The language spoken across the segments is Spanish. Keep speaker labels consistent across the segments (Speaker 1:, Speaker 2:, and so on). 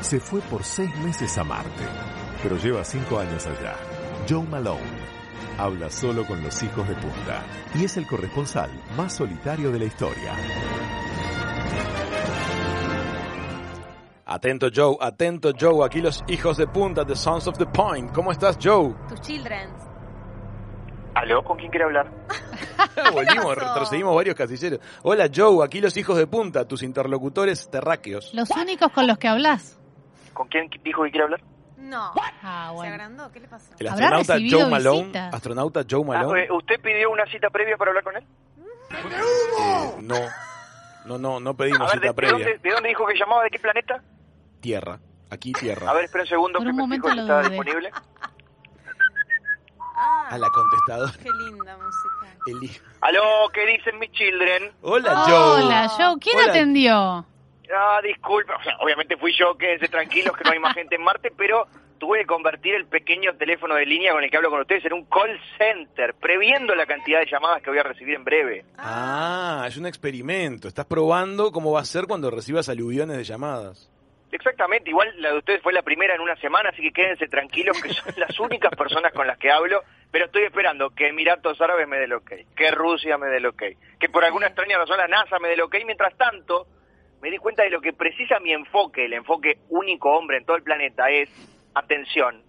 Speaker 1: Se fue por seis meses a Marte, pero lleva cinco años allá. Joe Malone habla solo con los hijos de punta y es el corresponsal más solitario de la historia.
Speaker 2: Atento Joe, atento Joe, aquí los hijos de punta, The Sons of the Point. ¿Cómo estás Joe?
Speaker 3: Tus children.
Speaker 4: ¿Aló? ¿Con quién quiere hablar?
Speaker 2: Volvimos,
Speaker 3: pasó?
Speaker 2: retrocedimos varios casilleros. Hola Joe, aquí los hijos de punta, tus interlocutores terráqueos.
Speaker 5: Los únicos con los que hablas.
Speaker 4: ¿Con quién dijo que quiere hablar?
Speaker 3: No.
Speaker 5: Ah,
Speaker 3: ¿Se
Speaker 5: bueno.
Speaker 3: agrandó? ¿Qué le pasó?
Speaker 2: El
Speaker 5: ¿Habrá
Speaker 2: astronauta
Speaker 5: recibido
Speaker 2: Joe Malone,
Speaker 5: visitas?
Speaker 2: astronauta Joe Malone.
Speaker 4: Ah, eh, ¿Usted pidió una cita previa para hablar con él?
Speaker 2: eh, no, no, no, no pedimos
Speaker 4: uh. A ver,
Speaker 2: cita
Speaker 4: de, de
Speaker 2: previa.
Speaker 4: dónde, de dónde dijo que llamaba? ¿De qué planeta?
Speaker 2: Tierra, aquí
Speaker 4: A
Speaker 2: Tierra.
Speaker 4: ver, espera un segundo,
Speaker 5: Por
Speaker 4: que
Speaker 5: un
Speaker 4: me
Speaker 5: momento
Speaker 4: fijo si
Speaker 5: lo
Speaker 4: está
Speaker 5: dudé.
Speaker 4: disponible.
Speaker 3: Ah,
Speaker 2: A la contestadora.
Speaker 3: qué linda música.
Speaker 2: el hijo.
Speaker 4: ¿Aló? ¿Qué dicen mis children?
Speaker 2: Hola Joe.
Speaker 5: Hola, Joe. ¿Quién
Speaker 2: Hola.
Speaker 5: atendió?
Speaker 4: Ah, disculpa. O sea, obviamente fui yo, quédense tranquilos que no hay más gente en Marte, pero tuve que convertir el pequeño teléfono de línea con el que hablo con ustedes en un call center, previendo la cantidad de llamadas que voy a recibir en breve.
Speaker 2: Ah, es un experimento. Estás probando cómo va a ser cuando recibas aluviones de llamadas.
Speaker 4: Exactamente, igual la de ustedes fue la primera en una semana, así que quédense tranquilos que son las únicas personas con las que hablo, pero estoy esperando que Emiratos Árabes me dé el ok, que Rusia me dé el ok, que por alguna extraña razón la NASA me dé el ok. Mientras tanto, me di cuenta de lo que precisa mi enfoque, el enfoque único hombre en todo el planeta es, atención,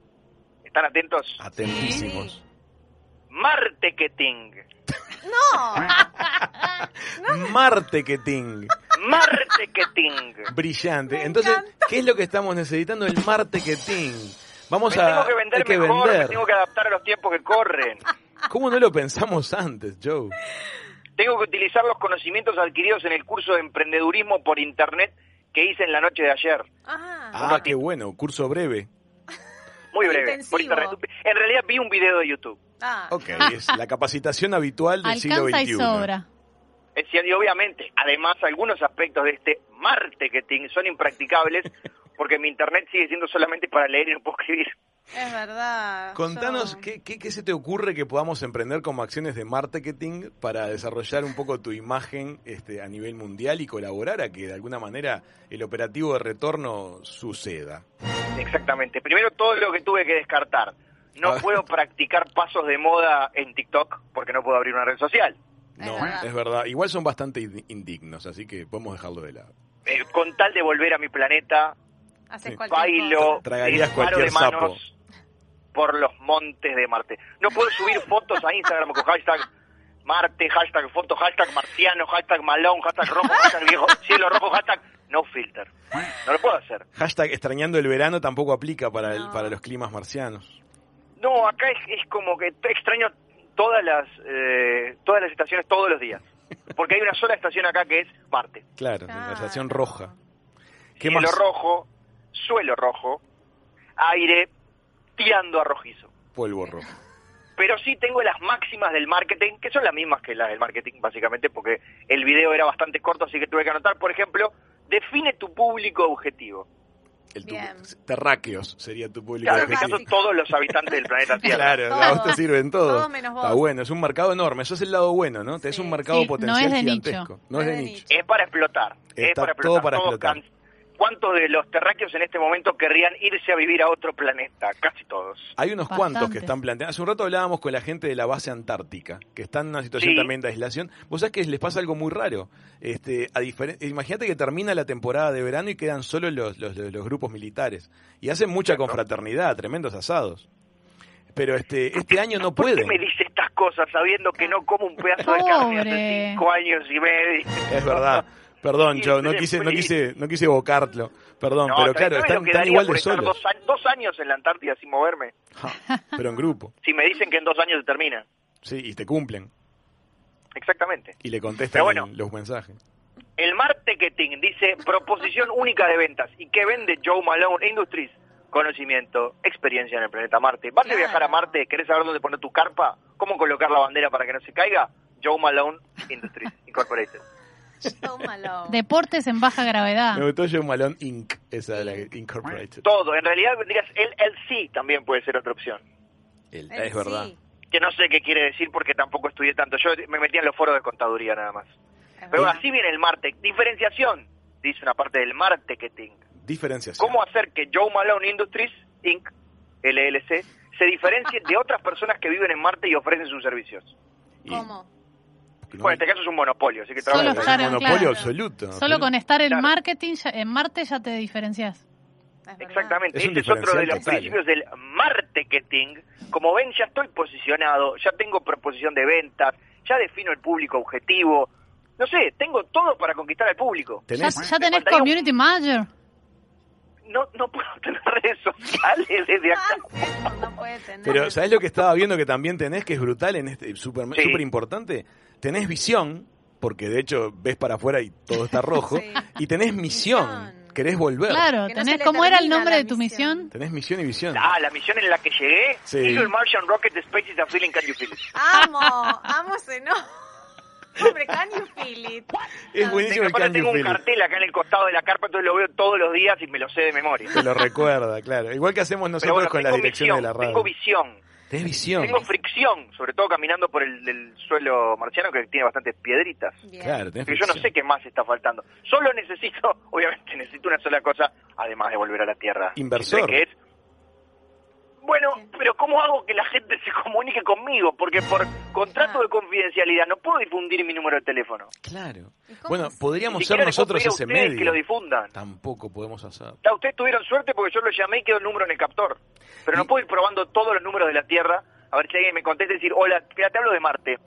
Speaker 4: ¿están atentos?
Speaker 2: Ah. Atentísimos.
Speaker 3: Sí.
Speaker 4: Marketing,
Speaker 2: Ah,
Speaker 3: No.
Speaker 2: Marketing.
Speaker 4: marketing.
Speaker 2: Brillante. Entonces, ¿qué es lo que estamos necesitando? El marketing.
Speaker 4: Me
Speaker 2: Vamos a
Speaker 4: tengo que vender
Speaker 2: hay que
Speaker 4: mejor, me
Speaker 2: vender.
Speaker 4: tengo que adaptar a los tiempos que corren.
Speaker 2: ¿Cómo no lo pensamos antes, Joe?
Speaker 4: Tengo que utilizar los conocimientos adquiridos en el curso de emprendedurismo por internet que hice en la noche de ayer.
Speaker 3: Ah,
Speaker 2: Ah, qué bueno, curso breve.
Speaker 4: Muy breve.
Speaker 3: Intensivo.
Speaker 4: por internet. En realidad vi un video de YouTube.
Speaker 3: ah.
Speaker 2: Ok, es la capacitación habitual del siglo
Speaker 5: Alcanza
Speaker 2: XXI.
Speaker 5: y sobra.
Speaker 4: Es decir, y obviamente, además, algunos aspectos de este marketing son impracticables porque mi internet sigue siendo solamente para leer y no puedo escribir.
Speaker 3: Es verdad.
Speaker 2: Contanos
Speaker 3: Joe.
Speaker 2: qué, qué, qué se te ocurre que podamos emprender como acciones de marketing para desarrollar un poco tu imagen este, a nivel mundial y colaborar a que de alguna manera el operativo de retorno suceda.
Speaker 4: Exactamente. Primero, todo lo que tuve que descartar.
Speaker 2: A
Speaker 4: No
Speaker 2: ver.
Speaker 4: puedo practicar pasos de moda en TikTok porque no puedo abrir una red social.
Speaker 3: Es
Speaker 2: No, eh,
Speaker 3: verdad.
Speaker 2: es verdad. Igual son bastante indi- indignos, así que podemos dejarlo de lado.
Speaker 4: Eh, con tal de volver a mi planeta,
Speaker 3: Haces
Speaker 2: Sí.
Speaker 3: cualquier
Speaker 4: bailo,
Speaker 3: cosa.
Speaker 2: Tragarías
Speaker 4: disparo
Speaker 2: cualquier
Speaker 4: de manos por los montes de Marte. No puedo subir fotos a Instagram con hashtag Marte, hashtag foto, hashtag marciano, hashtag malón, hashtag rojo, hashtag viejo, cielo rojo, hashtag no filter. No lo puedo hacer.
Speaker 2: Hashtag extrañando el verano tampoco aplica para, el-
Speaker 3: No.
Speaker 2: para los climas marcianos.
Speaker 4: No, acá es, es como que te extraño todas las, eh, todas las estaciones todos los días. Porque hay una sola estación acá que es Marte.
Speaker 2: Claro,
Speaker 3: Claro.
Speaker 2: la estación roja. ¿Qué
Speaker 4: Cielo
Speaker 2: más?
Speaker 4: rojo, suelo rojo, aire tirando a rojizo.
Speaker 2: Polvo rojo.
Speaker 4: pero sí tengo las máximas del marketing, que son las mismas que las del marketing, básicamente, porque el video era bastante corto, así que tuve que anotar, por ejemplo, define tu público objetivo.
Speaker 2: El tu-
Speaker 3: Bien.
Speaker 2: terráqueos sería tu público.
Speaker 4: Claro, en mi
Speaker 2: objetivo.
Speaker 4: caso, todos los habitantes del planeta Tierra.
Speaker 2: Claro, a vos
Speaker 3: Todo.
Speaker 2: te sirven todos.
Speaker 3: Todo menos vos.
Speaker 2: Está bueno, es un mercado enorme. Eso es el lado bueno, ¿no? Te Es
Speaker 3: Sí.
Speaker 2: un mercado
Speaker 5: Sí, no
Speaker 2: potencial
Speaker 5: es de
Speaker 2: gigantesco.
Speaker 5: nicho.
Speaker 2: No es de nicho.
Speaker 4: Es para explotar. es
Speaker 2: Está
Speaker 4: para explotar.
Speaker 2: todo para
Speaker 4: Todos
Speaker 2: explotar.
Speaker 4: can- ¿Cuántos de los terráqueos en este momento querrían irse a vivir a otro planeta? Casi todos.
Speaker 2: Hay unos
Speaker 5: Bastante.
Speaker 2: cuantos que están planteando. Hace un rato hablábamos con la gente de la base antártica, que están en una situación
Speaker 4: Sí.
Speaker 2: también de aislación. Vos sabés que les pasa algo muy raro. Este, a diferen- Imagínate que termina la temporada de verano y quedan solo los, los, los- los grupos militares. Y hacen mucha confraternidad, tremendos asados. Pero este, este año no
Speaker 4: ¿Por qué
Speaker 2: pueden.
Speaker 4: me dice estas cosas sabiendo que no como un pedazo de carne hace
Speaker 5: Pobre.
Speaker 4: cinco años y medio?
Speaker 2: Es verdad. Perdón,
Speaker 4: Sí,
Speaker 2: yo no
Speaker 4: sí,
Speaker 2: quise, no
Speaker 4: sí.
Speaker 2: quise, no quise evocarlo. Perdón,
Speaker 4: No,
Speaker 2: pero
Speaker 4: ¿sabés
Speaker 2: claro,
Speaker 4: lo
Speaker 2: están,
Speaker 4: que
Speaker 2: están
Speaker 4: daría
Speaker 2: igual
Speaker 4: por
Speaker 2: de
Speaker 4: estar
Speaker 2: solos.
Speaker 4: dos a- dos años en la Antártida sin moverme.
Speaker 2: Ja, pero en grupo.
Speaker 4: Si me dicen que en dos años se termina.
Speaker 2: Sí, y te cumplen.
Speaker 4: Exactamente.
Speaker 2: Y le contestan
Speaker 4: Pero bueno.
Speaker 2: el- los mensajes.
Speaker 4: El marketing dice proposición única de ventas. ¿Y qué vende Joe Malone Industries? Conocimiento, experiencia en el planeta Marte. ¿Vas a
Speaker 3: Claro.
Speaker 4: viajar a Marte? ¿Querés saber dónde poner tu carpa? ¿Cómo colocar la bandera para que no se caiga? Joe Malone Industries Incorporated.
Speaker 3: Tómalo.
Speaker 5: Deportes en baja gravedad.
Speaker 2: Me gustó Joe Malone Inc. Esa de la Incorporated.
Speaker 4: Todo. En realidad dirías LLC también puede ser otra opción.
Speaker 2: El-
Speaker 3: Eh,
Speaker 2: es verdad.
Speaker 3: sí,
Speaker 4: Que no sé qué quiere decir porque tampoco estudié tanto. Yo me metía en los foros de contaduría nada más.
Speaker 3: es
Speaker 4: Pero
Speaker 3: verdad.
Speaker 4: así viene el marketing. Diferenciación, dice una parte del marketing.
Speaker 2: Diferenciación.
Speaker 4: ¿Cómo hacer que Joe Malone Industries, Inc., LLC, se diferencie de otras personas que viven en Marte y ofrecen sus servicios?
Speaker 2: Y-
Speaker 3: ¿Cómo?
Speaker 2: no,
Speaker 4: Bueno, en este caso es un monopolio, así que
Speaker 5: Solo
Speaker 4: trabaja-
Speaker 2: es un
Speaker 5: estar en-
Speaker 2: monopolio
Speaker 5: claro.
Speaker 2: absoluto.
Speaker 5: Solo con estar en
Speaker 4: Claro.
Speaker 5: marketing, ya- en Marte ya te diferencias.
Speaker 3: Es verdad.
Speaker 4: Exactamente,
Speaker 2: Es un
Speaker 4: este es otro de
Speaker 2: diferencial
Speaker 4: los
Speaker 2: total. ¿eh?
Speaker 4: principios del marketing. Como ven, ya estoy posicionado, ya tengo proposición de ventas, ya defino el público objetivo. No sé, tengo todo para conquistar al público.
Speaker 5: Ya,
Speaker 2: ¿Tenés?
Speaker 5: ya tenés
Speaker 4: faltaría un-
Speaker 5: community manager.
Speaker 4: No, no puedo tener redes sociales desde acá.
Speaker 3: Ah, No puede tener.
Speaker 2: Pero ¿sabés lo que estaba viendo que también tenés, que es brutal, en este súper
Speaker 4: Sí.
Speaker 2: súper importante? Tenés visión, porque de hecho ves para afuera y todo está rojo,
Speaker 3: Sí.
Speaker 2: y tenés misión,
Speaker 3: Visión.
Speaker 2: querés volver.
Speaker 5: Claro,
Speaker 3: Que no se
Speaker 5: tenés
Speaker 3: le
Speaker 5: cómo era el
Speaker 3: termina
Speaker 5: nombre
Speaker 3: la
Speaker 5: de tu
Speaker 3: misión.
Speaker 5: misión.
Speaker 2: Tenés misión y visión.
Speaker 4: Ah, la misión en la que llegué.
Speaker 2: Sí.
Speaker 4: Eagle Martian Rocket Space is a feeling can you feel it?
Speaker 3: Amo, amo ese no. Hombre, can you feel it?
Speaker 2: Es buenísimo el
Speaker 4: Aparte
Speaker 2: can you
Speaker 4: tengo un
Speaker 2: feel it.
Speaker 4: cartel acá en el costado de la carpa, entonces lo veo todos los días y me lo sé de memoria.
Speaker 2: Te lo recuerda, claro. Igual que hacemos
Speaker 4: Pero
Speaker 2: nosotros
Speaker 4: bueno,
Speaker 2: con
Speaker 4: tengo
Speaker 2: las direcciones
Speaker 4: visión,
Speaker 2: de la radio.
Speaker 4: tengo visión.
Speaker 2: Tenés visión.
Speaker 4: Tengo fricción, sobre todo caminando por el, el suelo marciano que tiene bastantes piedritas.
Speaker 3: Bien.
Speaker 2: Claro, tenés
Speaker 4: Que yo no
Speaker 2: fricción.
Speaker 4: sé qué más está faltando. Solo necesito, obviamente necesito una sola cosa, además de volver a la Tierra.
Speaker 2: Inversor.
Speaker 4: Que es... Bueno, pero ¿cómo hago que la gente se comunique conmigo? Porque por contrato de confidencialidad no puedo difundir mi número de teléfono.
Speaker 2: Claro.
Speaker 3: ¿Y cómo
Speaker 2: Bueno,
Speaker 3: se-
Speaker 4: Ni
Speaker 2: podríamos ser
Speaker 4: siquiera les puedo
Speaker 2: nosotros
Speaker 4: pedir a
Speaker 2: ese
Speaker 4: ustedes
Speaker 2: medio.
Speaker 4: que lo difundan.
Speaker 2: Tampoco podemos hacer.
Speaker 4: Ya, ustedes tuvieron suerte porque yo lo llamé y quedó el número en el captor. Pero no puedo ir probando todos los números de la Tierra a ver si alguien me contesta y decir, hola, mira, te hablo de Marte.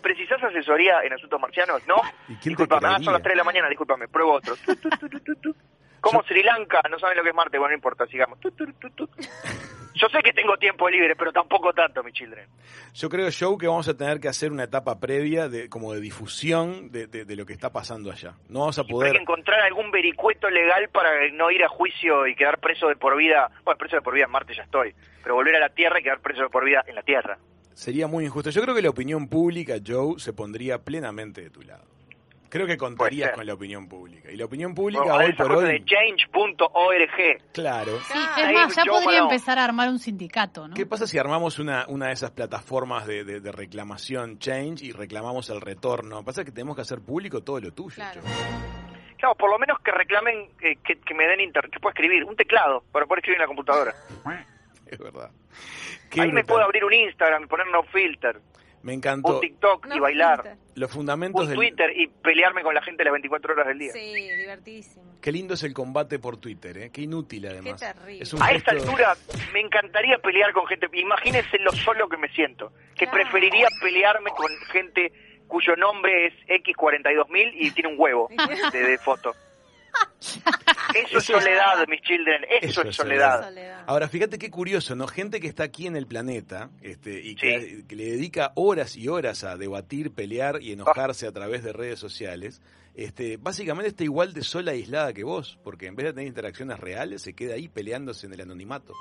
Speaker 4: ¿Precisás asesoría en asuntos marcianos? No.
Speaker 2: ¿Y quién te
Speaker 4: Disculpame, ah, son
Speaker 2: creería?
Speaker 4: las 3 de la mañana, discúlpame, pruebo otro. Tu, tu, tu, tu, tu, tu. Como Sri Lanka, no saben lo que es Marte, bueno, no importa, sigamos. Tu, tu, tu, tu. Yo sé que tengo tiempo libre, pero tampoco tanto, mi children.
Speaker 2: Yo creo, Joe, que vamos a tener que hacer una etapa previa de como de difusión de, de- de lo que está pasando allá. No vamos a
Speaker 4: Hay que
Speaker 2: poder.
Speaker 4: encontrar algún vericueto legal para no ir a juicio y quedar preso de por vida. Bueno, preso de por vida en Marte ya estoy, pero volver a la Tierra y quedar preso de por vida en la Tierra.
Speaker 2: Sería muy injusto. Yo creo que la opinión pública, Joe, se pondría plenamente de tu lado. Creo que contarías
Speaker 4: ser.
Speaker 2: con la opinión pública. Y la opinión pública
Speaker 4: Bueno,
Speaker 2: hoy
Speaker 4: esa
Speaker 2: por
Speaker 4: cosa
Speaker 2: hoy.
Speaker 4: de change.org.
Speaker 2: Claro.
Speaker 5: Sí,
Speaker 3: Claro.
Speaker 5: es más, ya
Speaker 4: Yo,
Speaker 5: podría
Speaker 4: bueno.
Speaker 5: empezar a armar un sindicato, ¿no?
Speaker 2: ¿Qué pasa si armamos una, una de esas plataformas de, de- de reclamación change y reclamamos el retorno? Pasa que tenemos que hacer público todo lo tuyo.
Speaker 3: Claro.
Speaker 2: Joe.
Speaker 4: Claro, por lo menos que reclamen eh, que, que me den internet, que pueda escribir, un teclado para poder escribir en la computadora.
Speaker 2: Es verdad. Qué
Speaker 4: Ahí me
Speaker 2: brutal.
Speaker 4: puedo abrir un Instagram y poner no filter,
Speaker 2: Me
Speaker 4: un
Speaker 2: encantó.
Speaker 4: TikTok
Speaker 3: No,
Speaker 4: y bailar,
Speaker 2: Los fundamentos
Speaker 4: un
Speaker 2: del.
Speaker 4: Twitter y pelearme con la gente las 24 horas del día.
Speaker 3: Sí, divertidísimo.
Speaker 2: Qué lindo es el combate por Twitter, ¿eh? Qué inútil además.
Speaker 3: Qué terrible.
Speaker 2: Es un
Speaker 4: A esta
Speaker 2: gesto-
Speaker 4: altura me encantaría pelear con gente, imagínense lo solo que me siento, que
Speaker 3: Claro.
Speaker 4: preferiría pelearme con gente cuyo nombre es X42000 y tiene un huevo de, de foto. Eso es
Speaker 2: Eso es-
Speaker 4: soledad, mis children, eso, es soledad.
Speaker 3: Soledad.
Speaker 2: Ahora, fíjate qué curioso, ¿no? Gente que está aquí en el planeta este, y que,
Speaker 4: Sí.
Speaker 2: que le dedica horas y horas a debatir, pelear y enojarse a través de redes sociales, este, básicamente está igual de sola e aislada que vos, porque en vez de tener interacciones reales, se queda ahí peleándose en el anonimato.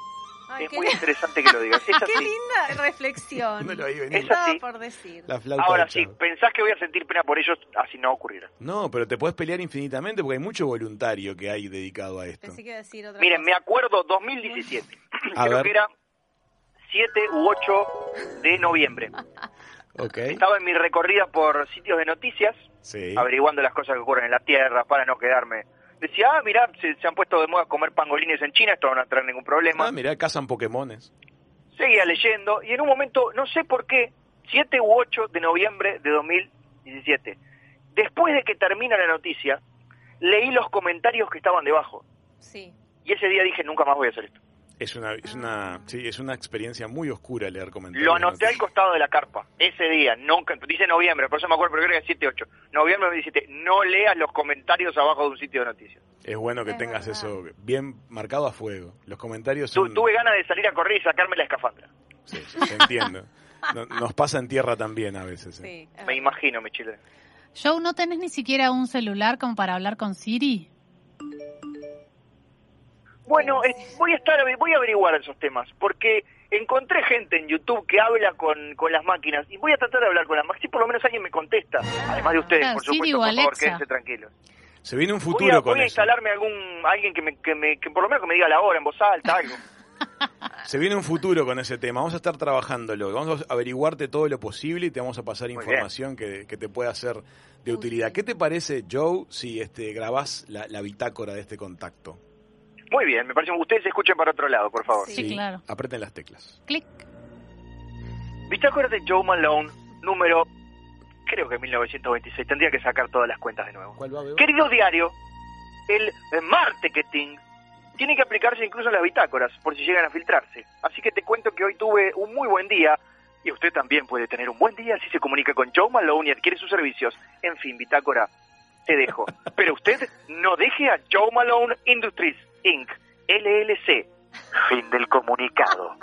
Speaker 3: Ay,
Speaker 4: Es
Speaker 3: qué,
Speaker 4: muy interesante que lo digas. Es
Speaker 3: qué
Speaker 4: así.
Speaker 3: linda reflexión.
Speaker 2: No lo vi venir.
Speaker 4: Esa-
Speaker 3: Estaba
Speaker 4: sí.
Speaker 3: por decir.
Speaker 2: La flauta
Speaker 4: Ahora
Speaker 2: del
Speaker 4: sí,
Speaker 2: chavo.
Speaker 4: pensás que voy a sentir pena por ellos, así no ocurrirá.
Speaker 2: No, pero te podés pelear infinitamente porque hay mucho voluntario que hay dedicado a esto.
Speaker 3: Pensé que iba a decir otra
Speaker 4: Miren, me
Speaker 3: cosa.
Speaker 4: acuerdo 2017.
Speaker 2: A
Speaker 4: Creo
Speaker 2: ver.
Speaker 4: que era 7 u 8 de noviembre.
Speaker 2: ¿Ok?
Speaker 4: Estaba en mi recorrida por sitios de noticias,
Speaker 2: Sí.
Speaker 4: averiguando las cosas que ocurren en la Tierra para no quedarme. Decía, ah, mirá, se, se han puesto de moda comer pangolines en China, esto no va a traer ningún problema.
Speaker 2: Ah, mirá, cazan Pokémones.
Speaker 4: Seguía leyendo y en un momento, no sé por qué, 7 u 8 de noviembre de 2017, después de que termina la noticia, leí los comentarios que estaban debajo.
Speaker 3: Sí.
Speaker 4: Y ese día dije, nunca más voy a hacer esto.
Speaker 2: Es una, es una, sí, es una experiencia muy oscura leer comentarios.
Speaker 4: Lo
Speaker 2: de
Speaker 4: anoté al
Speaker 2: noticias.
Speaker 4: costado de la carpa, ese día, nunca, dice noviembre, por eso me acuerdo, pero creo que es 7-8, noviembre de 2017, no leas los comentarios abajo de un sitio de noticias.
Speaker 2: Es bueno que
Speaker 3: Es
Speaker 2: tengas
Speaker 3: verdad.
Speaker 2: eso bien marcado a fuego. Los comentarios
Speaker 4: Tu-
Speaker 2: son...
Speaker 4: tuve ganas de salir a correr y sacarme la escafandra,
Speaker 2: Sí, sí, te entiendo. No- nos pasa en tierra también a veces. ¿eh?
Speaker 3: Sí, es
Speaker 4: me
Speaker 3: verdad.
Speaker 4: imagino, mi chile.
Speaker 5: Joe, ¿no tenés ni siquiera un celular como para hablar con Siri?
Speaker 4: Bueno, eh, voy a estar, voy a averiguar esos temas, porque encontré gente en YouTube que habla con, con las máquinas, y voy a tratar de hablar con las máquinas, si por lo menos alguien me contesta, además de ustedes,
Speaker 5: Claro,
Speaker 4: por
Speaker 5: Siri
Speaker 4: supuesto,
Speaker 5: o
Speaker 4: por favor,
Speaker 5: Alexa.
Speaker 4: quédense tranquilos.
Speaker 2: Se viene un
Speaker 4: voy a,
Speaker 2: futuro con
Speaker 4: voy a
Speaker 2: eso.
Speaker 4: instalarme algún alguien que, me, que, me- que por lo menos que me diga la hora en voz alta, algo.
Speaker 2: Se viene un futuro con ese tema. Vamos a estar trabajándolo. Vamos a averiguarte todo lo posible y te vamos a pasar
Speaker 4: Muy
Speaker 2: información que, que te pueda ser de
Speaker 3: Útil.
Speaker 2: utilidad. ¿Qué te parece, Joe, si este, grabás la, la bitácora de este contacto?
Speaker 4: Muy bien, me parece. Ustedes escuchen para otro lado, por favor.
Speaker 5: Sí, claro.
Speaker 2: Apreten las teclas.
Speaker 5: Clic.
Speaker 4: Bitácora de Joe Malone, número, creo que 1926. Tendría que sacar todas las cuentas de nuevo.
Speaker 2: ¿Cuál va, Beba?
Speaker 4: Querido diario, el marketing tiene que aplicarse incluso en las bitácoras, por si llegan a filtrarse. Así que te cuento que hoy tuve un muy buen día, y usted también puede tener un buen día si se comunica con Joe Malone y adquiere sus servicios. En fin, bitácora, te dejo. Pero usted no deje a Joe Malone Industries, Inc., LLC. Fin del comunicado.